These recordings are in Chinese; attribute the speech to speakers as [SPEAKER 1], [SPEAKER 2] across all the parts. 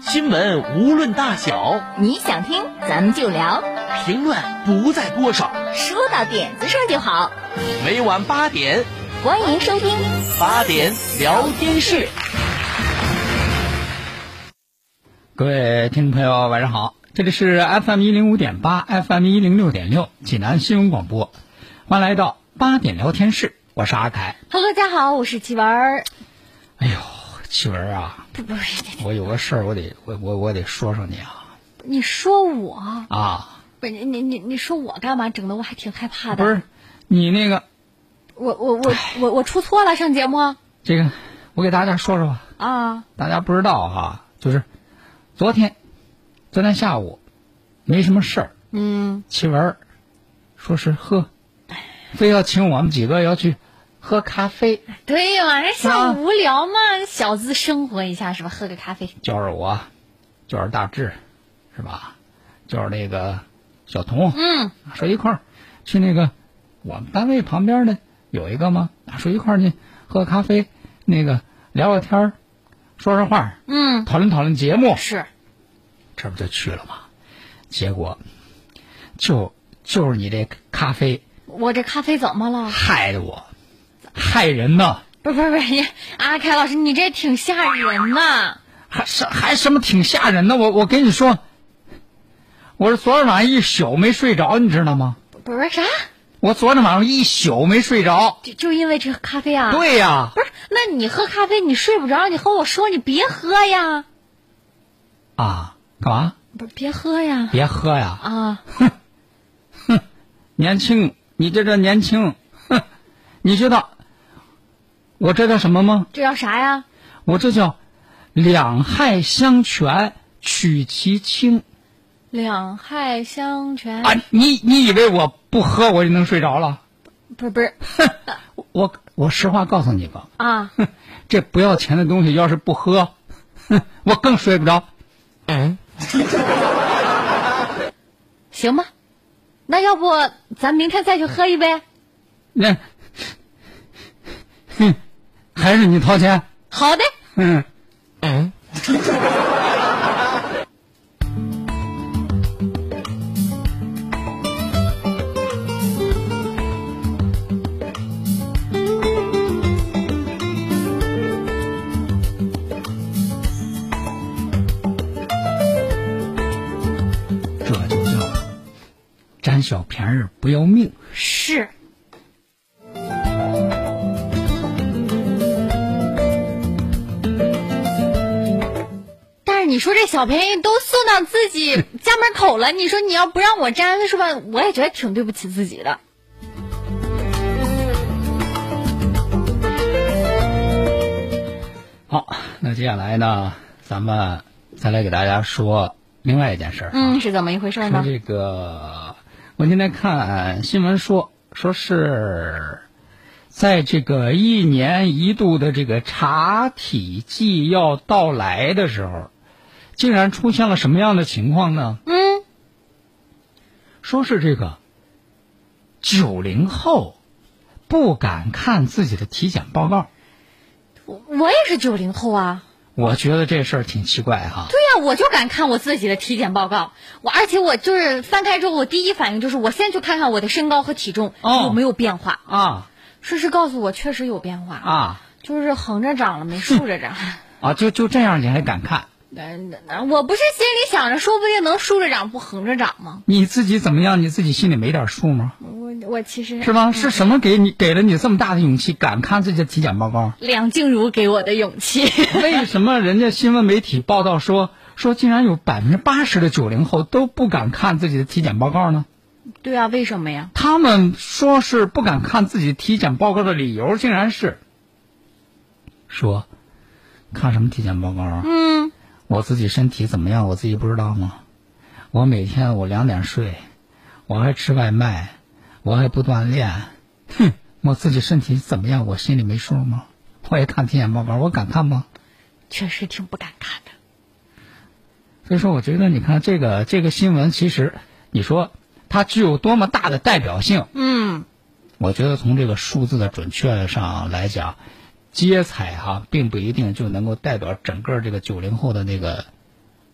[SPEAKER 1] 新闻无论大小，
[SPEAKER 2] 你想听咱们就聊，
[SPEAKER 1] 评论不在多少，
[SPEAKER 2] 说到点子上就好。
[SPEAKER 1] 每晚八点，
[SPEAKER 2] 欢迎收听
[SPEAKER 1] 八点聊天室。
[SPEAKER 3] 各位听众朋友，晚上好，这里是 FM 一零五点八，FM 一零六点六，济南新闻广播，欢迎来到八点聊天室，我是阿凯。
[SPEAKER 2] Hello，大家好，我是齐文儿。
[SPEAKER 3] 哎呦，启文啊，
[SPEAKER 2] 不不是，
[SPEAKER 3] 我有个事儿，我得我我我得说说你啊
[SPEAKER 2] 你说我，
[SPEAKER 3] 啊，
[SPEAKER 2] 不是你你你你说我干嘛？整的我还挺害怕的。
[SPEAKER 3] 不是，你那个
[SPEAKER 2] 我我我我我出错了，上节目
[SPEAKER 3] 这个，我给大家说说吧，
[SPEAKER 2] 啊，
[SPEAKER 3] 大家不知道哈、就是昨天，昨天下午没什么事儿，
[SPEAKER 2] 嗯，
[SPEAKER 3] 齐文儿说是喝，非要请我们几个要去喝咖啡，
[SPEAKER 2] 对嘛，这
[SPEAKER 3] 啊
[SPEAKER 2] 下午无聊嘛，小资生活一下是吧？喝个咖啡，
[SPEAKER 3] 就是我，就是大志，是吧？就是那个小童，
[SPEAKER 2] 嗯，
[SPEAKER 3] 说一块儿去那个我们单位旁边的有一个吗？说一块儿去喝咖啡，那个聊聊天儿，说说话，
[SPEAKER 2] 嗯，
[SPEAKER 3] 讨论讨论节目，
[SPEAKER 2] 是，
[SPEAKER 3] 这不就去了吗？结果就就是你这咖啡
[SPEAKER 2] 我这咖啡怎么了？
[SPEAKER 3] 害得我，害人呢，
[SPEAKER 2] 不是不是不是，你阿凯老师，你这挺吓人呐！
[SPEAKER 3] 还什还什么挺吓人的。我我跟你说，我是昨天晚上一宿没睡着，你知道吗？
[SPEAKER 2] 不不是啥，
[SPEAKER 3] 我昨天晚上一宿没睡着。
[SPEAKER 2] 就就因为这咖啡啊？，
[SPEAKER 3] 对呀、
[SPEAKER 2] 不是，那你喝咖啡你睡不着，你和我说你别喝呀，
[SPEAKER 3] 啊，干嘛？
[SPEAKER 2] 不是别喝呀
[SPEAKER 3] 别喝呀，
[SPEAKER 2] 啊！
[SPEAKER 3] 年轻，你这叫年轻，哼，你知道我这叫什么吗？
[SPEAKER 2] 这叫啥呀？
[SPEAKER 3] 我这叫两害相权取其轻
[SPEAKER 2] 两害相权
[SPEAKER 3] 啊！你你以为我不喝我就能睡着了？
[SPEAKER 2] 不是不是
[SPEAKER 3] 我我实话告诉你吧，
[SPEAKER 2] 啊！
[SPEAKER 3] 这不要钱的东西要是不喝，哼，我更睡不着。
[SPEAKER 1] 嗯，
[SPEAKER 2] 行吧，那要不咱明天再去喝一杯？
[SPEAKER 3] 那，哼，还是你掏钱，
[SPEAKER 2] 好的，
[SPEAKER 3] 嗯。
[SPEAKER 1] 嗯，
[SPEAKER 3] 这就叫占小便宜不要命。
[SPEAKER 2] 是但是你说这小便宜都送到自己家门口了，你说你要不让我沾是吧？我也觉得挺对不起自己的。
[SPEAKER 3] 好，那接下来呢，咱们再来给大家说另外一件事儿、啊。
[SPEAKER 2] 嗯，是怎么一回事
[SPEAKER 3] 说
[SPEAKER 2] 呢？
[SPEAKER 3] 这个，我今天看新闻说，说是在这个一年一度的这个查体季要到来的时候，竟然出现了什么样的情况呢？
[SPEAKER 2] 嗯，
[SPEAKER 3] 说是这个九零后不敢看自己的体检报告。
[SPEAKER 2] 我我也是九零后啊。
[SPEAKER 3] 我觉得这事儿挺奇怪哈、
[SPEAKER 2] 对呀、我就敢看我自己的体检报告，我而且我就是翻开之后，我第一反应就是我先去看看我的身高和体重
[SPEAKER 3] 哦
[SPEAKER 2] 有没有变化。
[SPEAKER 3] 啊
[SPEAKER 2] 事实告诉我，确实有变化，
[SPEAKER 3] 啊
[SPEAKER 2] 就是横着长了，没竖着 长。
[SPEAKER 3] 啊！就就这样，你还敢看？
[SPEAKER 2] 那我不是心里想着，说不定能竖着长不横着长吗？
[SPEAKER 3] 你自己怎么样？你自己心里没点数吗？
[SPEAKER 2] 我我其实？
[SPEAKER 3] 是吧？是什么给你给了你这么大的勇气，敢看自己的体检报告
[SPEAKER 2] 梁静茹给我的勇气。
[SPEAKER 3] 为什么人家新闻媒体报道说说，竟然有百分之八十的九零后都不敢看自己的体检报告呢？
[SPEAKER 2] 对啊，为什么呀？
[SPEAKER 3] 他们说是不敢看自己体检报告的理由，竟然是说看什么体检报告啊？
[SPEAKER 2] 嗯，
[SPEAKER 3] 我自己身体怎么样，我自己不知道吗？我每天我两点睡，我还吃外卖，我还不锻炼，哼，我自己身体怎么样，我心里没数吗？我也看天眼报告，我敢看吗？
[SPEAKER 2] 确实挺不敢看的。
[SPEAKER 3] 所以说，我觉得你看这个这个新闻，其实你说它具有多么大的代表性，
[SPEAKER 2] 嗯，
[SPEAKER 3] 我觉得从这个数字的准确上来讲，接彩哈、并不一定就能够代表整个这个九零后的那个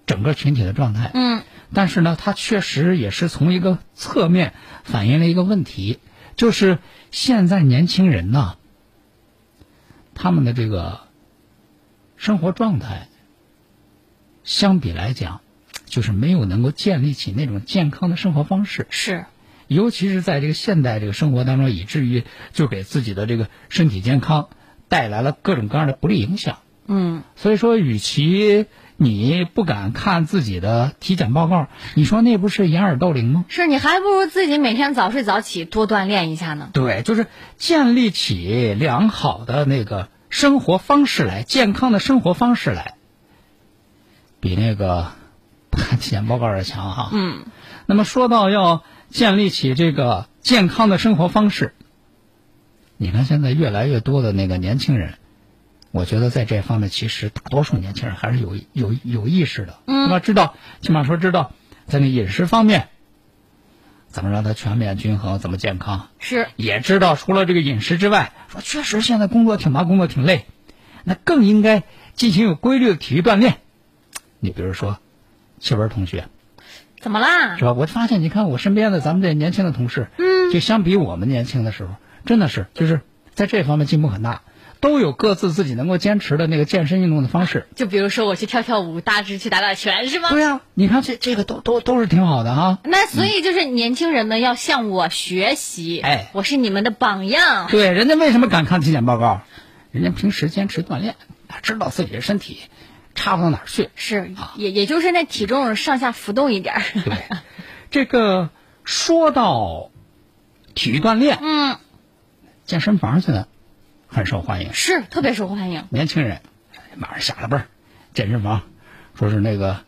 [SPEAKER 3] 整个群体的状态。
[SPEAKER 2] 嗯，
[SPEAKER 3] 但是呢，它确实也是从一个侧面反映了一个问题，就是现在年轻人呐、他们的这个生活状态，相比来讲，就是没有能够建立起那种健康的生活方式。
[SPEAKER 2] 是，
[SPEAKER 3] 尤其是在这个现代这个生活当中，以至于就给自己的这个身体健康带来了各种各样的不利影响。
[SPEAKER 2] 嗯，
[SPEAKER 3] 所以说，与其你不敢看自己的体检报告，你说那不是掩耳盗铃吗？
[SPEAKER 2] 是你还不如自己每天早睡早起，多锻炼一下呢。
[SPEAKER 3] 对，就是建立起良好的那个生活方式来，健康的生活方式来，比那个 不看体检报告要强哈、
[SPEAKER 2] 嗯，
[SPEAKER 3] 那么说到要建立起这个健康的生活方式，你看现在越来越多的那个年轻人，我觉得在这方面其实大多数年轻人还是有有有意识的，
[SPEAKER 2] 嗯
[SPEAKER 3] 对吧？知道，起码说知道，在那饮食方面，怎么让它全面均衡，怎么健康，
[SPEAKER 2] 是，
[SPEAKER 3] 也知道除了这个饮食之外，说确实现在工作挺忙，工作挺累，那更应该进行有规律的体育锻炼。你比如说，戚文同学，
[SPEAKER 2] 怎么啦
[SPEAKER 3] 是？吧？我发现，你看我身边的咱们这年轻的同事，嗯，就相比我们年轻的时候，真的是就是在这方面进步很大，都有各自自己能够坚持的那个健身运动的方式。
[SPEAKER 2] 就比如说我去跳跳舞，大致去打打拳，是吗？
[SPEAKER 3] 对呀、你看这这个都都都是挺好的哈。
[SPEAKER 2] 那所以就是年轻人们要向我学习，
[SPEAKER 3] 哎
[SPEAKER 2] 我是你们的榜样。
[SPEAKER 3] 对，人家为什么敢看体检报告？人家平时坚持锻炼，知道自己的身体差不到哪儿去。
[SPEAKER 2] 是，也也就是那体重上下浮动一点儿。
[SPEAKER 3] 对，这个说到体育锻炼，
[SPEAKER 2] 嗯，
[SPEAKER 3] 健身房现在很受欢迎。
[SPEAKER 2] 是特别受欢迎。
[SPEAKER 3] 年轻人，哎马上下了班儿，健身房，说是那个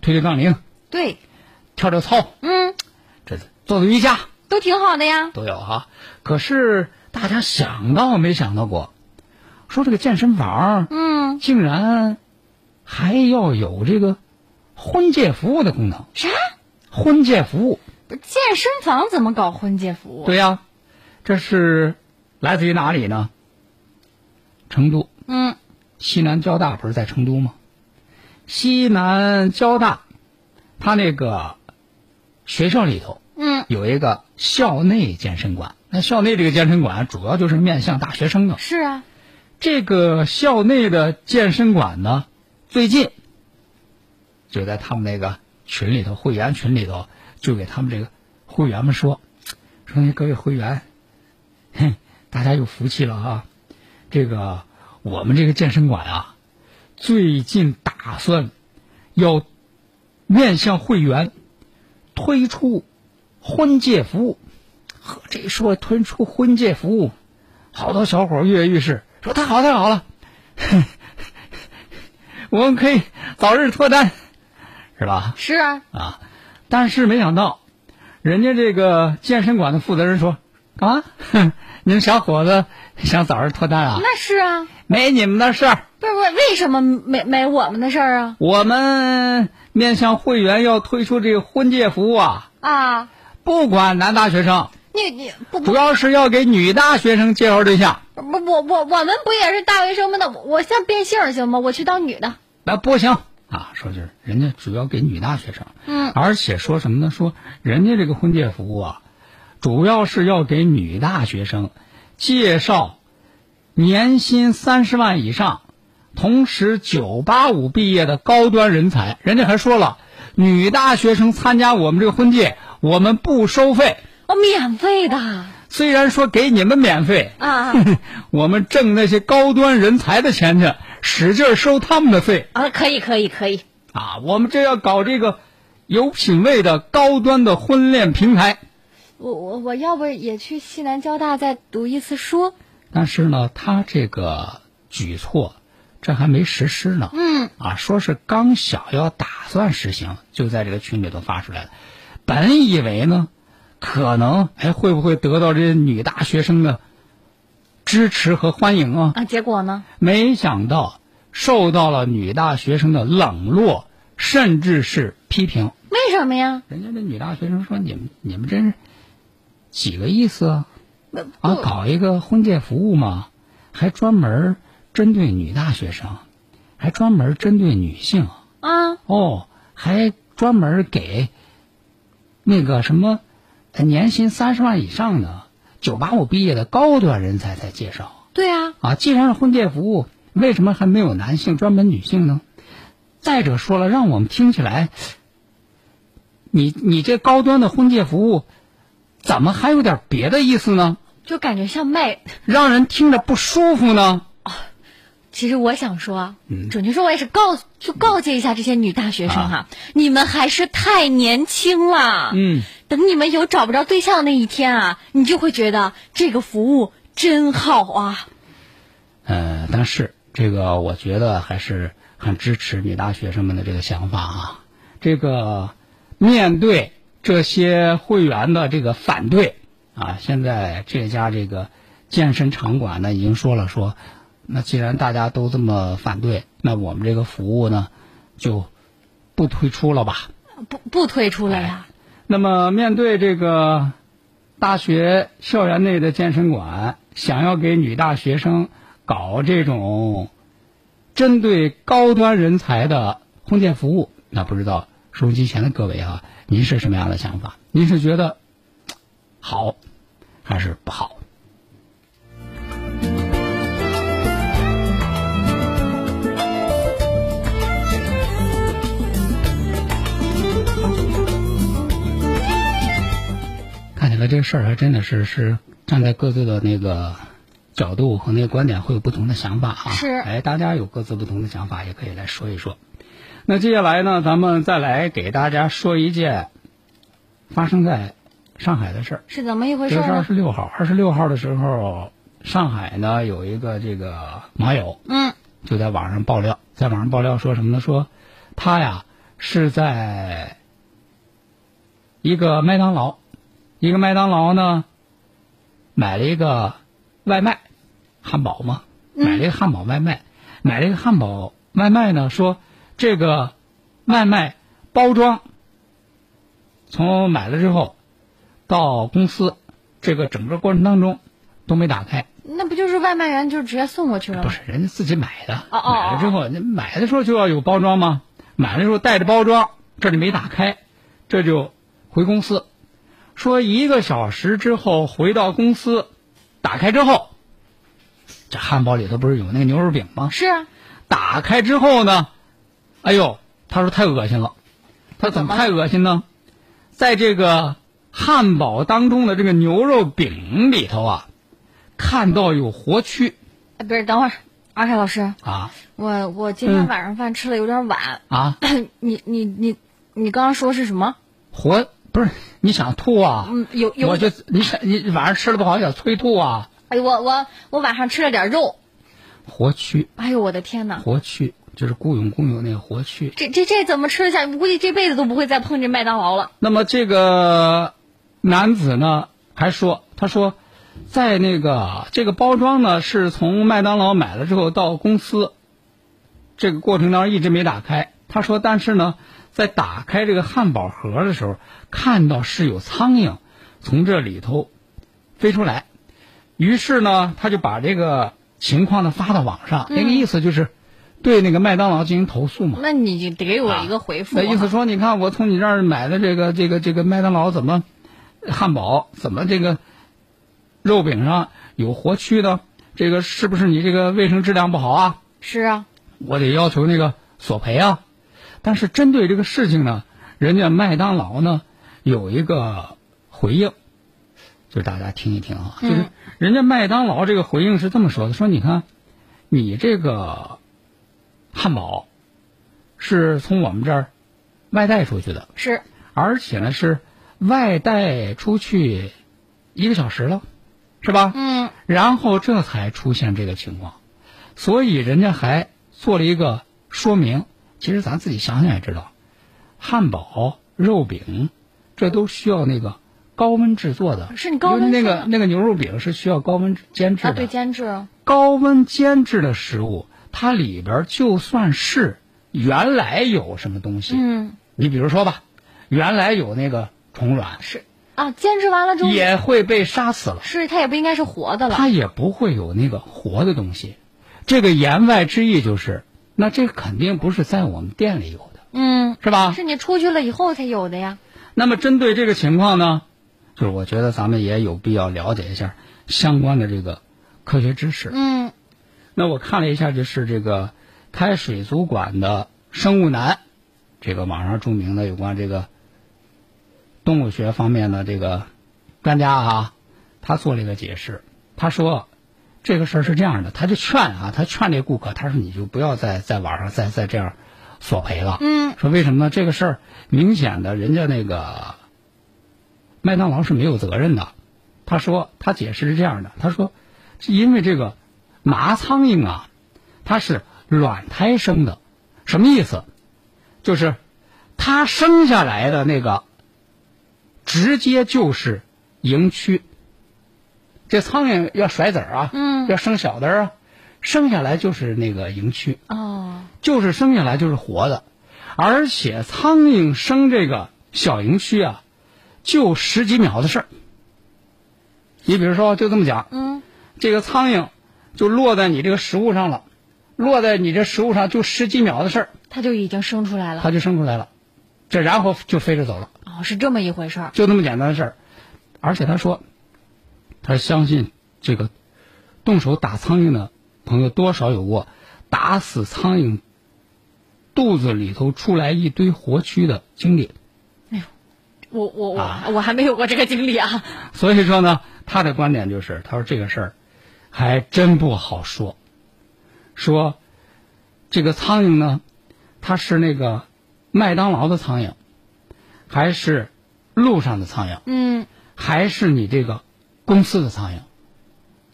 [SPEAKER 3] 推推杠铃、
[SPEAKER 2] 对，
[SPEAKER 3] 跳跳操，
[SPEAKER 2] 嗯，
[SPEAKER 3] 这做做瑜伽
[SPEAKER 2] 都挺好的呀。
[SPEAKER 3] 都有哈、可是大家想到没想到过，说这个健身房
[SPEAKER 2] 嗯，
[SPEAKER 3] 竟然还要有这个婚介服务的功能？
[SPEAKER 2] 啥？
[SPEAKER 3] 婚介服务？
[SPEAKER 2] 不是健身房怎么搞婚介服务？
[SPEAKER 3] 对呀、这是来自于哪里呢？成都。
[SPEAKER 2] 嗯，
[SPEAKER 3] 西南交大不是在成都吗？西南交大，它那个学校里头，
[SPEAKER 2] 嗯，
[SPEAKER 3] 有一个校内健身馆。那校内这个健身馆主要就是面向大学生的。
[SPEAKER 2] 是啊，
[SPEAKER 3] 这个校内的健身馆呢，最近就在他们那个群里头，会员群里头，就给他们这个会员们说，说哎各位会员， 哼，大家有福气了啊！这个我们这个健身馆啊，最近打算要面向会员推出婚介服务。呵，这一说推出婚介服务，好多小伙儿跃跃欲试，说太好太好了， 我们可以早日脱单，是吧？
[SPEAKER 2] 是啊，
[SPEAKER 3] 啊，但是没想到，人家这个健身馆的负责人说，干嘛？ 哼你们小伙子想早日脱单啊？
[SPEAKER 2] 那是啊。
[SPEAKER 3] 没你们的事儿，
[SPEAKER 2] 不是为为什么没没我们的事儿啊？
[SPEAKER 3] 我们面向会员要推出这个婚介服务啊，
[SPEAKER 2] 啊，
[SPEAKER 3] 不管男大学生，
[SPEAKER 2] 你你不不
[SPEAKER 3] 主要是要给女大学生介绍对象。
[SPEAKER 2] 不我我我们不也是大学生们的？我我现在变性儿行吗？我去当女的。
[SPEAKER 3] 那不行啊！说就是人家主要给女大学生，
[SPEAKER 2] 嗯
[SPEAKER 3] 而且说什么呢？说人家这个婚介服务啊，主要是要给女大学生介绍年薪三十万以上，同时九八五毕业的高端人才。人家还说了，女大学生参加我们这个婚介，我们不收费。
[SPEAKER 2] 我哦免费的啊
[SPEAKER 3] 虽然说给你们免费， 我们挣那些高端人才的钱去，使劲儿收他们的费。
[SPEAKER 2] 啊！可以可以可以，
[SPEAKER 3] 啊，我们这要搞这个有品位的高端的婚恋平台。
[SPEAKER 2] 我我我要不也去西南交大再读一次书？
[SPEAKER 3] 但是呢，他这个举措这还没实施呢。
[SPEAKER 2] 嗯，
[SPEAKER 3] 啊，说是刚想要打算实行，就在这个群里头发出来了。本以为呢，可能哎会不会得到这些女大学生的支持和欢迎啊？
[SPEAKER 2] 啊，结果呢？
[SPEAKER 3] 没想到受到了女大学生的冷落，甚至是批评。
[SPEAKER 2] 为什么呀？
[SPEAKER 3] 人家这女大学生说：“你们你们真是几个意思啊？啊，搞一个婚介服务嘛，还专门针对女大学生，还专门针对女性
[SPEAKER 2] 啊，
[SPEAKER 3] 哦，还专门给那个什么呃年薪三十万以上的九八五毕业的高端人才才介绍。”
[SPEAKER 2] 对啊，
[SPEAKER 3] 啊，既然是婚介服务，为什么还没有男性专门女性呢？再者说了，让我们听起来，你你这高端的婚介服务，怎么还有点别的意思呢？
[SPEAKER 2] 就感觉像卖。
[SPEAKER 3] 让人听着不舒服呢？
[SPEAKER 2] 其实我想说，啊准确说，我也是告就告诫一下这些女大学生哈、你们还是太年轻了。
[SPEAKER 3] 嗯，
[SPEAKER 2] 等你们有找不着对象那一天啊，你就会觉得这个服务真好啊。
[SPEAKER 3] 呃，但是这个我觉得还是很支持女大学生们的这个想法啊。这个面对这些会员的这个反对啊，现在这家这个健身场馆呢已经说了说，那既然大家都这么反对，那我们这个服务呢就不推出了吧。
[SPEAKER 2] 不不推出了呀，
[SPEAKER 3] 那么，面对这个大学校园内的健身馆，想要给女大学生搞这种针对高端人才的婚介服务，那不知道收音机前的各位啊，您是什么样的想法？您是觉得嘖好还是不好？看起来这个事儿还真的是是站在各自的那个角度和那个观点会有不同的想法啊。
[SPEAKER 2] 是
[SPEAKER 3] 哎，大家有各自不同的想法，也可以来说一说。那接下来呢，咱们再来给大家说一件发生在上海的事儿。
[SPEAKER 2] 是怎么一回
[SPEAKER 3] 这
[SPEAKER 2] 事
[SPEAKER 3] 个是二
[SPEAKER 2] 呢？
[SPEAKER 3] 十六号，二十六号的时候，上海呢有一个这个网友
[SPEAKER 2] 嗯，
[SPEAKER 3] 就在网上爆料，在网上爆料说什么呢？说他呀是在一个麦当劳，一个麦当劳呢买了一个外卖，汉堡嘛，买了一个汉堡外卖，买了一个汉堡外卖呢，说这个外卖包装从买了之后到公司这个整个过程当中都没打开。
[SPEAKER 2] 那不就是外卖员就直接送过去了
[SPEAKER 3] 不
[SPEAKER 2] 吗？
[SPEAKER 3] 是，人家自己买的，
[SPEAKER 2] 哦哦哦
[SPEAKER 3] 买了之后，那买的时候就要有包装吗？买的时候带着包装，这里没打开，这就回公司，说一个小时之后回到公司，打开之后，这汉堡里头不是有那个牛肉饼吗？
[SPEAKER 2] 是啊，
[SPEAKER 3] 打开之后呢，哎呦，他说太恶心了，他怎么太恶心呢？在这个汉堡当中的这个牛肉饼里头啊，看到有活蛆
[SPEAKER 2] 哎，不是，等会儿，阿凯老师，
[SPEAKER 3] 啊
[SPEAKER 2] 我我今
[SPEAKER 3] 嗯
[SPEAKER 2] 天晚上饭吃的有点晚，
[SPEAKER 3] 啊！
[SPEAKER 2] 你你你你刚刚说是什么？
[SPEAKER 3] 活不是你想吐啊？
[SPEAKER 2] 嗯，有有，
[SPEAKER 3] 我就你想你晚上吃的不好想催吐啊？
[SPEAKER 2] 哎，我我我晚上吃了点肉，
[SPEAKER 3] 活蛆，
[SPEAKER 2] 哎呦我的天哪，
[SPEAKER 3] 活蛆就是雇佣工友那个活蛆。
[SPEAKER 2] 这这这怎么吃得下？我估计这辈子都不会再碰这麦当劳了。
[SPEAKER 3] 那么这个男子呢，还说他说，在那个这个包装呢是从麦当劳买了之后到公司，这个过程当中一直没打开。他说，但是呢，在打开这个汉堡盒的时候，看到是有苍蝇从这里头飞出来，于是呢，他就把这个情况呢发到网上，那个意思就是对那个麦当劳进行投诉嘛。
[SPEAKER 2] 那你就得给我一个回复、啊
[SPEAKER 3] 哎那意思说，你看我从你这儿买的这个这个这个麦当劳怎么汉堡怎么这个肉饼上有活蛆呢？这个是不是你这个卫生质量不好啊？
[SPEAKER 2] 是啊，
[SPEAKER 3] 我得要求那个索赔啊。但是针对这个事情呢，人家麦当劳呢有一个回应，就是大家听一听啊，就是人家麦当劳这个回应是这么说的：说你看，你这个汉堡是从我们这儿外带出去的，
[SPEAKER 2] 是，
[SPEAKER 3] 而且呢是外带出去一个小时了，是吧？
[SPEAKER 2] 嗯，
[SPEAKER 3] 然后这才出现这个情况，所以人家还做了一个说明。其实咱自己想想也知道，汉堡、肉饼，这都需要那个高温制作的。
[SPEAKER 2] 是你高温
[SPEAKER 3] 因为那
[SPEAKER 2] 做
[SPEAKER 3] 个
[SPEAKER 2] 的
[SPEAKER 3] 那个牛肉饼是需要高温煎制
[SPEAKER 2] 啊，
[SPEAKER 3] 的。
[SPEAKER 2] 对，监制，
[SPEAKER 3] 高温煎制的食物，它里边儿就算是原来有什么东西，
[SPEAKER 2] 嗯，
[SPEAKER 3] 你比如说吧，原来有那个虫卵，
[SPEAKER 2] 是啊，监制完了之后
[SPEAKER 3] 也会被杀死了，
[SPEAKER 2] 是它也不应该是活的了，
[SPEAKER 3] 它也不会有那个活的东西。这个言外之意就是，那这个肯定不是在我们店里有的，
[SPEAKER 2] 嗯，
[SPEAKER 3] 是吧？
[SPEAKER 2] 是你出去了以后才有的呀，
[SPEAKER 3] 那么针对这个情况呢，就是我觉得咱们也有必要了解一下相关的这个科学知识。
[SPEAKER 2] 嗯
[SPEAKER 3] 那我看了一下，就是这个开水族馆的生物男，这个网上著名的有关这个动物学方面的这个专家啊，他做了一个解释，他说这个事儿是这样的，他就劝啊，他劝这顾客，他说你就不要再在网上再再这样索赔了，
[SPEAKER 2] 嗯，
[SPEAKER 3] 说为什么呢？这个事儿明显的，人家那个麦当劳是没有责任的。他说，他解释是这样的：他说，是因为这个麻苍蝇啊，它是卵胎生的，什么意思？就是它生下来的那个，直接就是营区。这苍蝇要甩籽儿啊，
[SPEAKER 2] 嗯
[SPEAKER 3] 要生小的儿啊，生下来就是那个营区。
[SPEAKER 2] 哦，
[SPEAKER 3] 就是生下来就是活的，而且苍蝇生这个小营区啊，就十几秒的事儿。你比如说，就这么讲，
[SPEAKER 2] 嗯
[SPEAKER 3] 这个苍蝇就落在你这个食物上了，落在你这食物上就十几秒的事儿，
[SPEAKER 2] 它就已经生出来了，
[SPEAKER 3] 它就生出来了，这然后就飞着走了，
[SPEAKER 2] 哦，是这么一回事儿，
[SPEAKER 3] 就那么简单的事儿。而且他说，他相信这个动手打苍蝇的朋友多少有过打死苍蝇肚子里头出来一堆活蛆的经历。
[SPEAKER 2] 我我我、
[SPEAKER 3] 啊
[SPEAKER 2] 我还没有过这个经历啊，
[SPEAKER 3] 所以说呢，他的观点就是，他说这个事儿还真不好说。说这个苍蝇呢，它是那个麦当劳的苍蝇，还是路上的苍蝇？
[SPEAKER 2] 嗯
[SPEAKER 3] 还是你这个公司的苍蝇。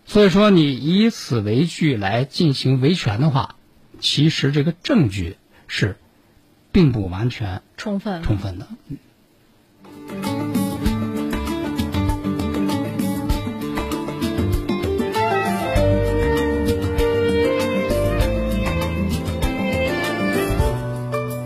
[SPEAKER 3] 所以说，你以此为据来进行维权的话，其实这个证据是并不完全
[SPEAKER 2] 充分，
[SPEAKER 3] 充分的。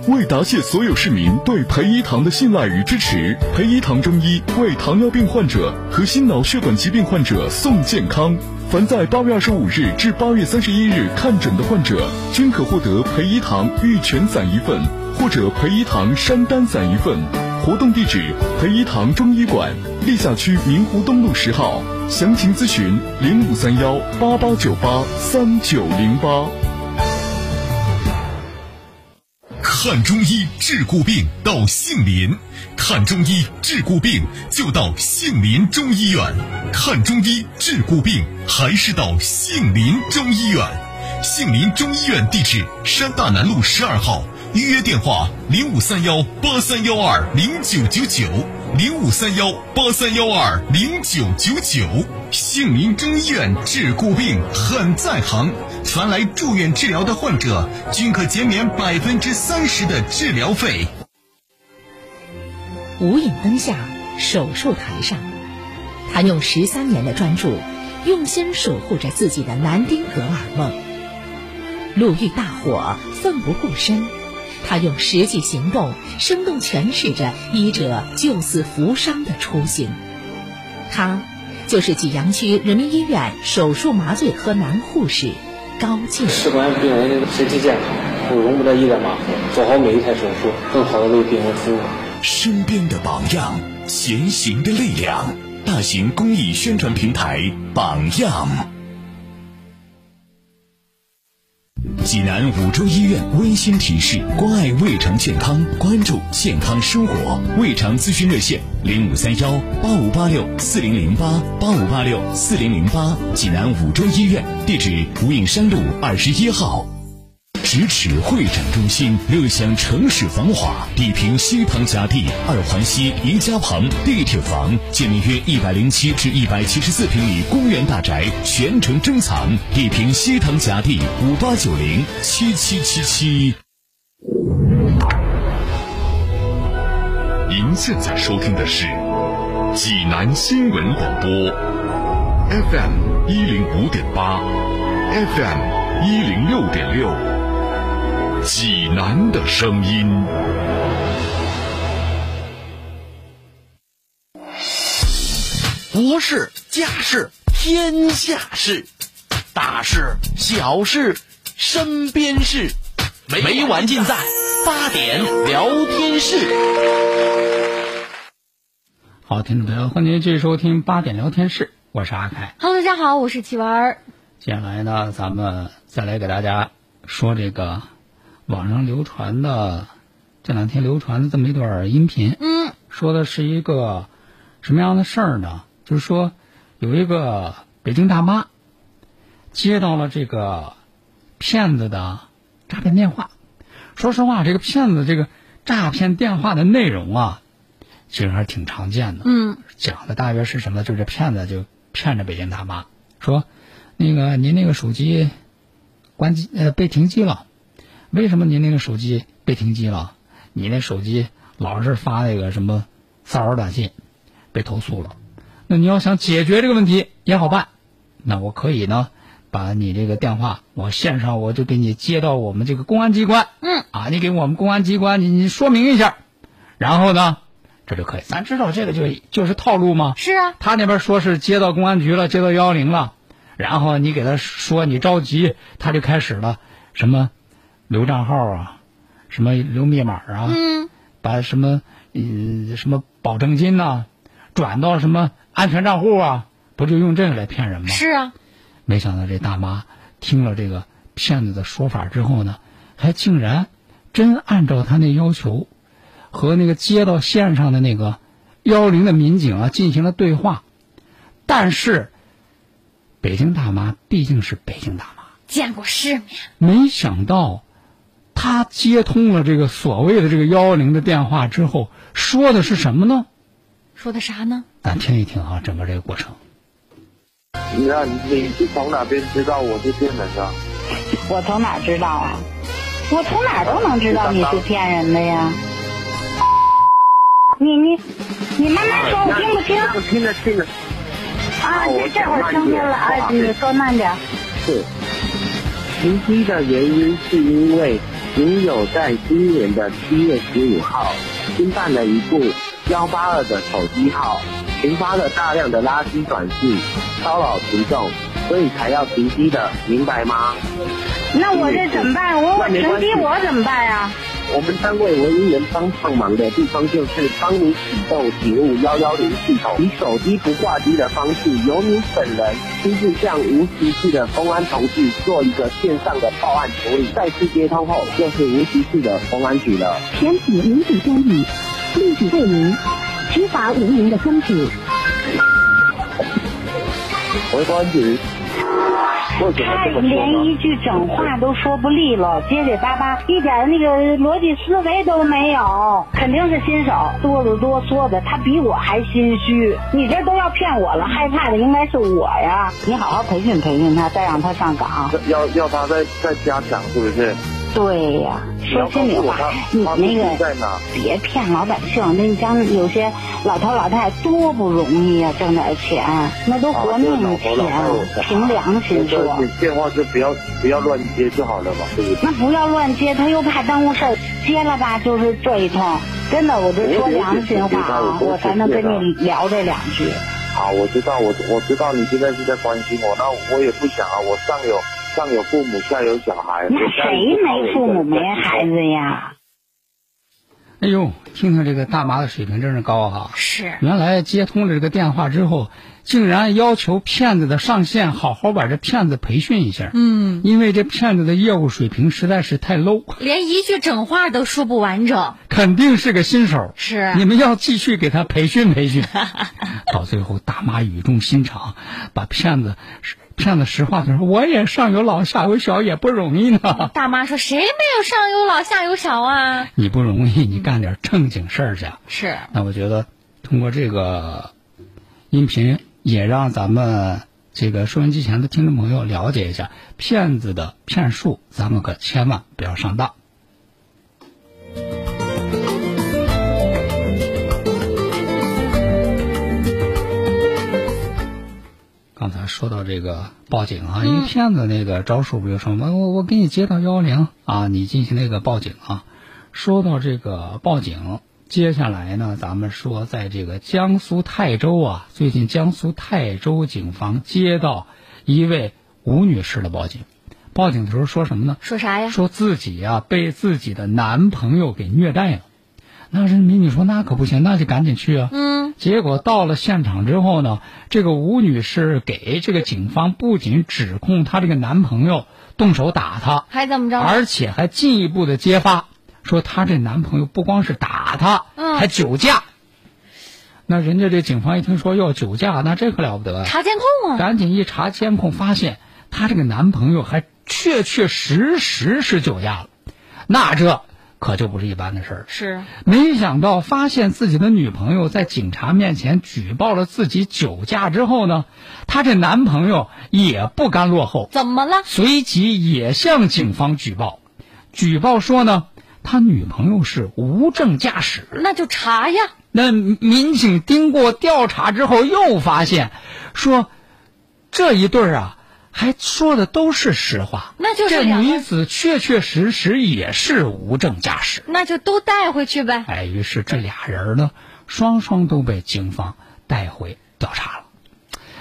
[SPEAKER 4] 为答谢所有市民对培医堂的信赖与支持，培医堂中医为糖尿病患者和心脑血管疾病患者送健康。凡在八月二十五日至八月三十一日看诊的患者，均可获得培医堂玉泉散一份，或者培医堂山丹散一份。活动地址：培医堂中医馆，历下区明湖东路十号。详情咨询：零五三幺八八九八三九零八。
[SPEAKER 5] 看中医治固病到杏林，看中医治固病就到杏林中医院，看中医治固病还是到杏林中医院。杏林中医院地址：山大南路十二号，预约电话：零五三幺八三幺二零九九九，零五三幺八三幺二零九九九。杏林中医院治固病很在行，凡来住院治疗的患者均可减免百分之三十的治疗费。
[SPEAKER 6] 无影灯下，手术台上，他用十三年的专注，用心守护着自己的南丁格尔梦。路遇大火，奋不顾身，他用实际行动生动诠释着医者救死扶伤的初心。他就是济阳区人民医院手术麻醉科男护士高进。
[SPEAKER 7] 事关病人的身体健康，我容不得一点马虎，做好每一台手术，更好的为病人服务。
[SPEAKER 5] 身边的榜样，前行的力量。大型公益宣传平台榜样。济南五洲医院温馨提示：关爱胃肠健康，关注健康生活。胃肠咨询热线：零五三幺八五八六四零零八八五八六四零零八。济南五洲医院地址：无影山路二十一号。
[SPEAKER 4] 咫尺会展中心，乐享城市繁华。地平西塘夹地，二环西宜家旁地铁房，建面约一百零七至一百七十四平米公园大宅，全程珍藏。地平西塘夹地五八九零七七七七。
[SPEAKER 5] 您现在收听的是济南新闻广播，FM 一零五点八，FM 一零六点六，济南的声音。
[SPEAKER 1] 国事、家事、天下事，大事、小事、身边事，每晚尽在八点聊天室。
[SPEAKER 3] 好，听众朋友，欢迎继续收听八点聊天室，我是阿凯。
[SPEAKER 2] Hello，大家好，我是齐文儿。
[SPEAKER 3] 接下来呢，咱们再来给大家说这个网上流传的，这两天流传的这么一段音频，
[SPEAKER 2] 嗯
[SPEAKER 3] 说的是一个什么样的事儿呢？就是说，有一个北京大妈接到了这个骗子的诈骗电话。说实话，这个骗子这个诈骗电话的内容啊，其实还是挺常见的。
[SPEAKER 2] 嗯
[SPEAKER 3] 讲的大约是什么呢？就是这骗子就骗着北京大妈说，那个您那个手机关机呃被停机了，为什么您那个手机被停机了？你那手机老是发那个什么骚扰短信，被投诉了。那你要想解决这个问题也好办，那我可以呢，把你这个电话我线上我就给你接到我们这个公安机关，
[SPEAKER 2] 嗯
[SPEAKER 3] 啊，你给我们公安机关你你说明一下，然后呢，这就可以。咱知道这个就就是套路吗？
[SPEAKER 2] 是啊，
[SPEAKER 3] 他那边说是接到公安局了，接到幺幺零了，然后你给他说你着急，他就开始了什么留账号啊，什么留密码啊，
[SPEAKER 2] 嗯
[SPEAKER 3] 把什么嗯什么保证金呐、转到什么安全账户啊，不就用这个来骗人吗？
[SPEAKER 2] 是啊，
[SPEAKER 3] 没想到这大妈听了这个骗子的说法之后呢，还竟然真按照他那要求，和那个接到线上的那个幺零的民警啊进行了对话。但是，北京大妈毕竟是北京大妈，
[SPEAKER 2] 见过世面。
[SPEAKER 3] 没想到她接通了这个所谓的这个幺幺零的电话之后，说的是什么呢？
[SPEAKER 2] 说的啥呢？
[SPEAKER 3] 咱听一听啊，整个这个过程。
[SPEAKER 8] 你让你从哪边知道我是骗人的？
[SPEAKER 9] 我从哪儿知道啊？我从哪儿都能知道你是骗人的呀。你你你慢慢说，我听不清
[SPEAKER 8] 我听着听着，
[SPEAKER 9] 啊？这这会儿听见了啊？你说慢点。
[SPEAKER 8] 是停机的原因是因为您有在今年的七月十五号新办了一部幺八二的手机号，群发了大量的垃圾短信，骚扰群众，所以才要停机的，明白吗？
[SPEAKER 9] 那我这怎么办？我我停机我怎么办呀、
[SPEAKER 8] 我们单位唯一能帮上忙的地方就是帮你启动警务幺幺零系统，以手机不挂机的方式，由你本人亲自向无实际的公安同志做一个线上的报案处理。再次接通后，就是无实际的公安局了。
[SPEAKER 9] 填写民主监狱，立即为民，执法无名的宗旨。
[SPEAKER 8] 回公安局，为什么
[SPEAKER 9] 他
[SPEAKER 8] 这么说
[SPEAKER 9] 连
[SPEAKER 8] 呢？
[SPEAKER 9] 一句整话都说不利落，结结巴巴，一点那个逻辑思维都没有，肯定是新手，哆嗦哆嗦的。他比我还心虚，你这都要骗我了，害怕的应该是我呀。你好好培训培训他，再让他上岗。
[SPEAKER 8] 要要他再再加强，是不是？
[SPEAKER 9] 对呀、
[SPEAKER 8] 你
[SPEAKER 9] 说
[SPEAKER 8] 要告
[SPEAKER 9] 心里
[SPEAKER 8] 诉我
[SPEAKER 9] 话
[SPEAKER 8] 他，
[SPEAKER 9] 你
[SPEAKER 8] 他
[SPEAKER 9] 那
[SPEAKER 8] 目的
[SPEAKER 9] 个
[SPEAKER 8] 在哪？
[SPEAKER 9] 别骗老百姓，那你像有些老头老太太多不容易呀、挣点钱，那都活命的钱，凭良心说。
[SPEAKER 8] 你电话就不要不要乱接就好了嘛，对不对？
[SPEAKER 9] 那不要乱接，他又怕耽误事儿，接了吧就是这一通。真的，我这说良心话啊，我才能跟你聊这两句。
[SPEAKER 8] 好，啊我知道，我我知道你现在是在关心我，那我也不想啊，我上有上有父母，下有小孩，
[SPEAKER 9] 那
[SPEAKER 8] 我家里
[SPEAKER 9] 谁没父母没孩子呀？
[SPEAKER 3] 哎呦，听听这个大妈的水平真是高哈、啊
[SPEAKER 2] 是
[SPEAKER 3] 原来接通了这个电话之后，竟然要求骗子的上线好好把这骗子培训一下。
[SPEAKER 2] 嗯，
[SPEAKER 3] 因为这骗子的业务水平实在是太 low，
[SPEAKER 2] 连一句整话都说不完整，
[SPEAKER 3] 肯定是个新手。
[SPEAKER 2] 是啊
[SPEAKER 3] 你们要继续给他培训培 训，到最后大妈语重心长，把骗子骗子实话的说，我也上有老下有小，也不容易呢。
[SPEAKER 2] 大妈说谁没有上有老下有小啊？
[SPEAKER 3] 你不容易，你干点正经事儿去。
[SPEAKER 2] 是，
[SPEAKER 3] 那我觉得通过这个音频，也让咱们这个收音机前的听众朋友了解一下骗子的骗术，咱们可千万不要上当。刚才说到这个报警啊，因为骗子那个招数不就说我我我给你接到幺幺零啊，你进行那个报警啊。说到这个报警，接下来呢，咱们说在这个江苏泰州啊，最近江苏泰州警方接到一位吴女士的报警，报警的时候说什么呢？
[SPEAKER 2] 说啥呀？
[SPEAKER 3] 说自己啊被自己的男朋友给虐待了。那人民你说那可不行，那就赶紧去啊。
[SPEAKER 2] 嗯，
[SPEAKER 3] 结果到了现场之后呢，这个吴女士给这个警方不仅指控她这个男朋友动手打她，
[SPEAKER 2] 还怎么着？
[SPEAKER 3] 而且还进一步的揭发，说她这男朋友不光是打她，
[SPEAKER 2] 嗯
[SPEAKER 3] 还酒驾。那人家这警方一听说要酒驾，那这可了不得啊！
[SPEAKER 2] 查监控啊？
[SPEAKER 3] 赶紧一查监控，发现她这个男朋友还确确实实是酒驾了，那这可就不是一般的事儿。
[SPEAKER 2] 是，
[SPEAKER 3] 没想到发现自己的女朋友在警察面前举报了自己酒驾之后呢，她这男朋友也不甘落后，
[SPEAKER 2] 怎么了？
[SPEAKER 3] 随即也向警方举报，举报说呢，他女朋友是无证驾驶。
[SPEAKER 2] 那就查呀。
[SPEAKER 3] 那民警经过调查之后，又发现，说这一对儿啊，还说的都是实话。
[SPEAKER 2] 那就是
[SPEAKER 3] 这
[SPEAKER 2] 两个
[SPEAKER 3] 女子确确实实也是无证驾驶。
[SPEAKER 2] 那就都带回去呗。
[SPEAKER 3] 哎，于是这俩人呢，双双都被警方带回调查了。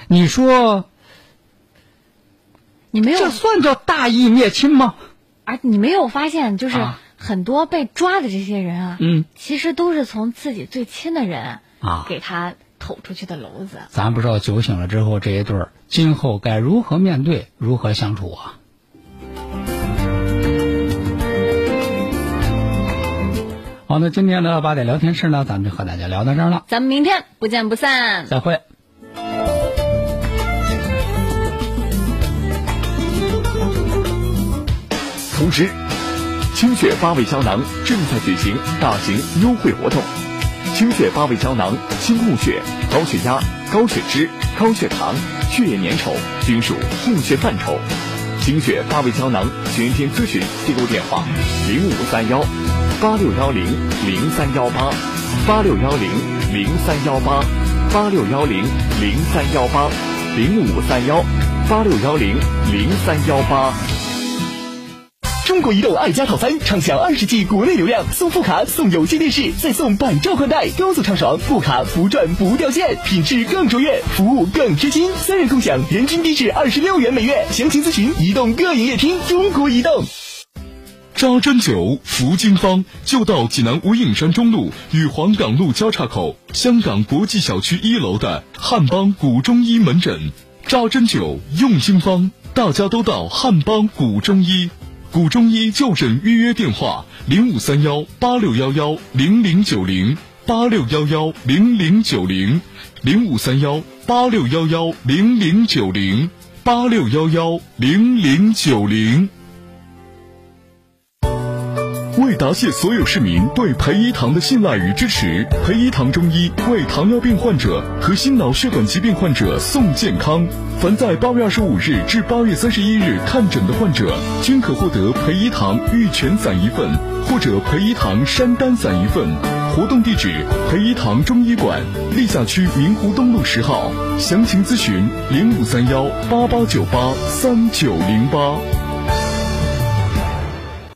[SPEAKER 3] 你说
[SPEAKER 2] 你没有
[SPEAKER 3] 这算叫大义灭亲吗？
[SPEAKER 2] 而你没有发现，就是
[SPEAKER 3] 啊
[SPEAKER 2] 很多被抓的这些人啊，
[SPEAKER 3] 嗯，
[SPEAKER 2] 其实都是从自己最亲的人
[SPEAKER 3] 啊
[SPEAKER 2] 给他捅出去的篓子。
[SPEAKER 3] 咱不知道酒醒了之后这一对儿今后该如何面对，如何相处啊？好，那今天的八点聊天室呢，咱们就和大家聊到这儿了，
[SPEAKER 2] 咱们明天不见不散。
[SPEAKER 3] 再会。
[SPEAKER 4] 同时，清血八味胶囊正在举行大型优惠活动。清血八味胶囊清护血、高血压、高血脂、高血糖、血液粘稠均属护血范畴。清血八味胶囊全天咨询记录电话：零五三幺八六幺零零三幺八八六幺零零三幺八八六幺零零三幺八零五三幺八六幺零零三幺八。中国移动爱家套餐畅享二十 G 国内流量，送副卡送有线电视，再送百兆宽带，高速畅爽，副卡不转不掉线，品质更卓越，服务更贴心，三人共享人均低至二十六元每月。详情咨询移动各营业厅。中国移动。
[SPEAKER 5] 扎针灸服经方，就到济南无影山中路与黄岗路交叉口香港国际小区一楼的汉邦古中医门诊。扎针灸用经方，大家都到汉邦古中医。古中医就诊预约电话：零五三幺八六幺幺零零九零八六幺幺零零九零零五三幺八六幺幺零零九零八六幺幺零零九零。
[SPEAKER 4] 为答谢所有市民对培医堂的信赖与支持，培医堂中医为糖尿病患者和心脑血管疾病患者送健康。凡在八月二十五日至八月三十一日看诊的患者，均可获得培医堂玉泉散一份，或者培医堂山丹散一份。活动地址：培医堂中医馆，历下区明湖东路十号。详情咨询：零五三幺八八九八三九零八。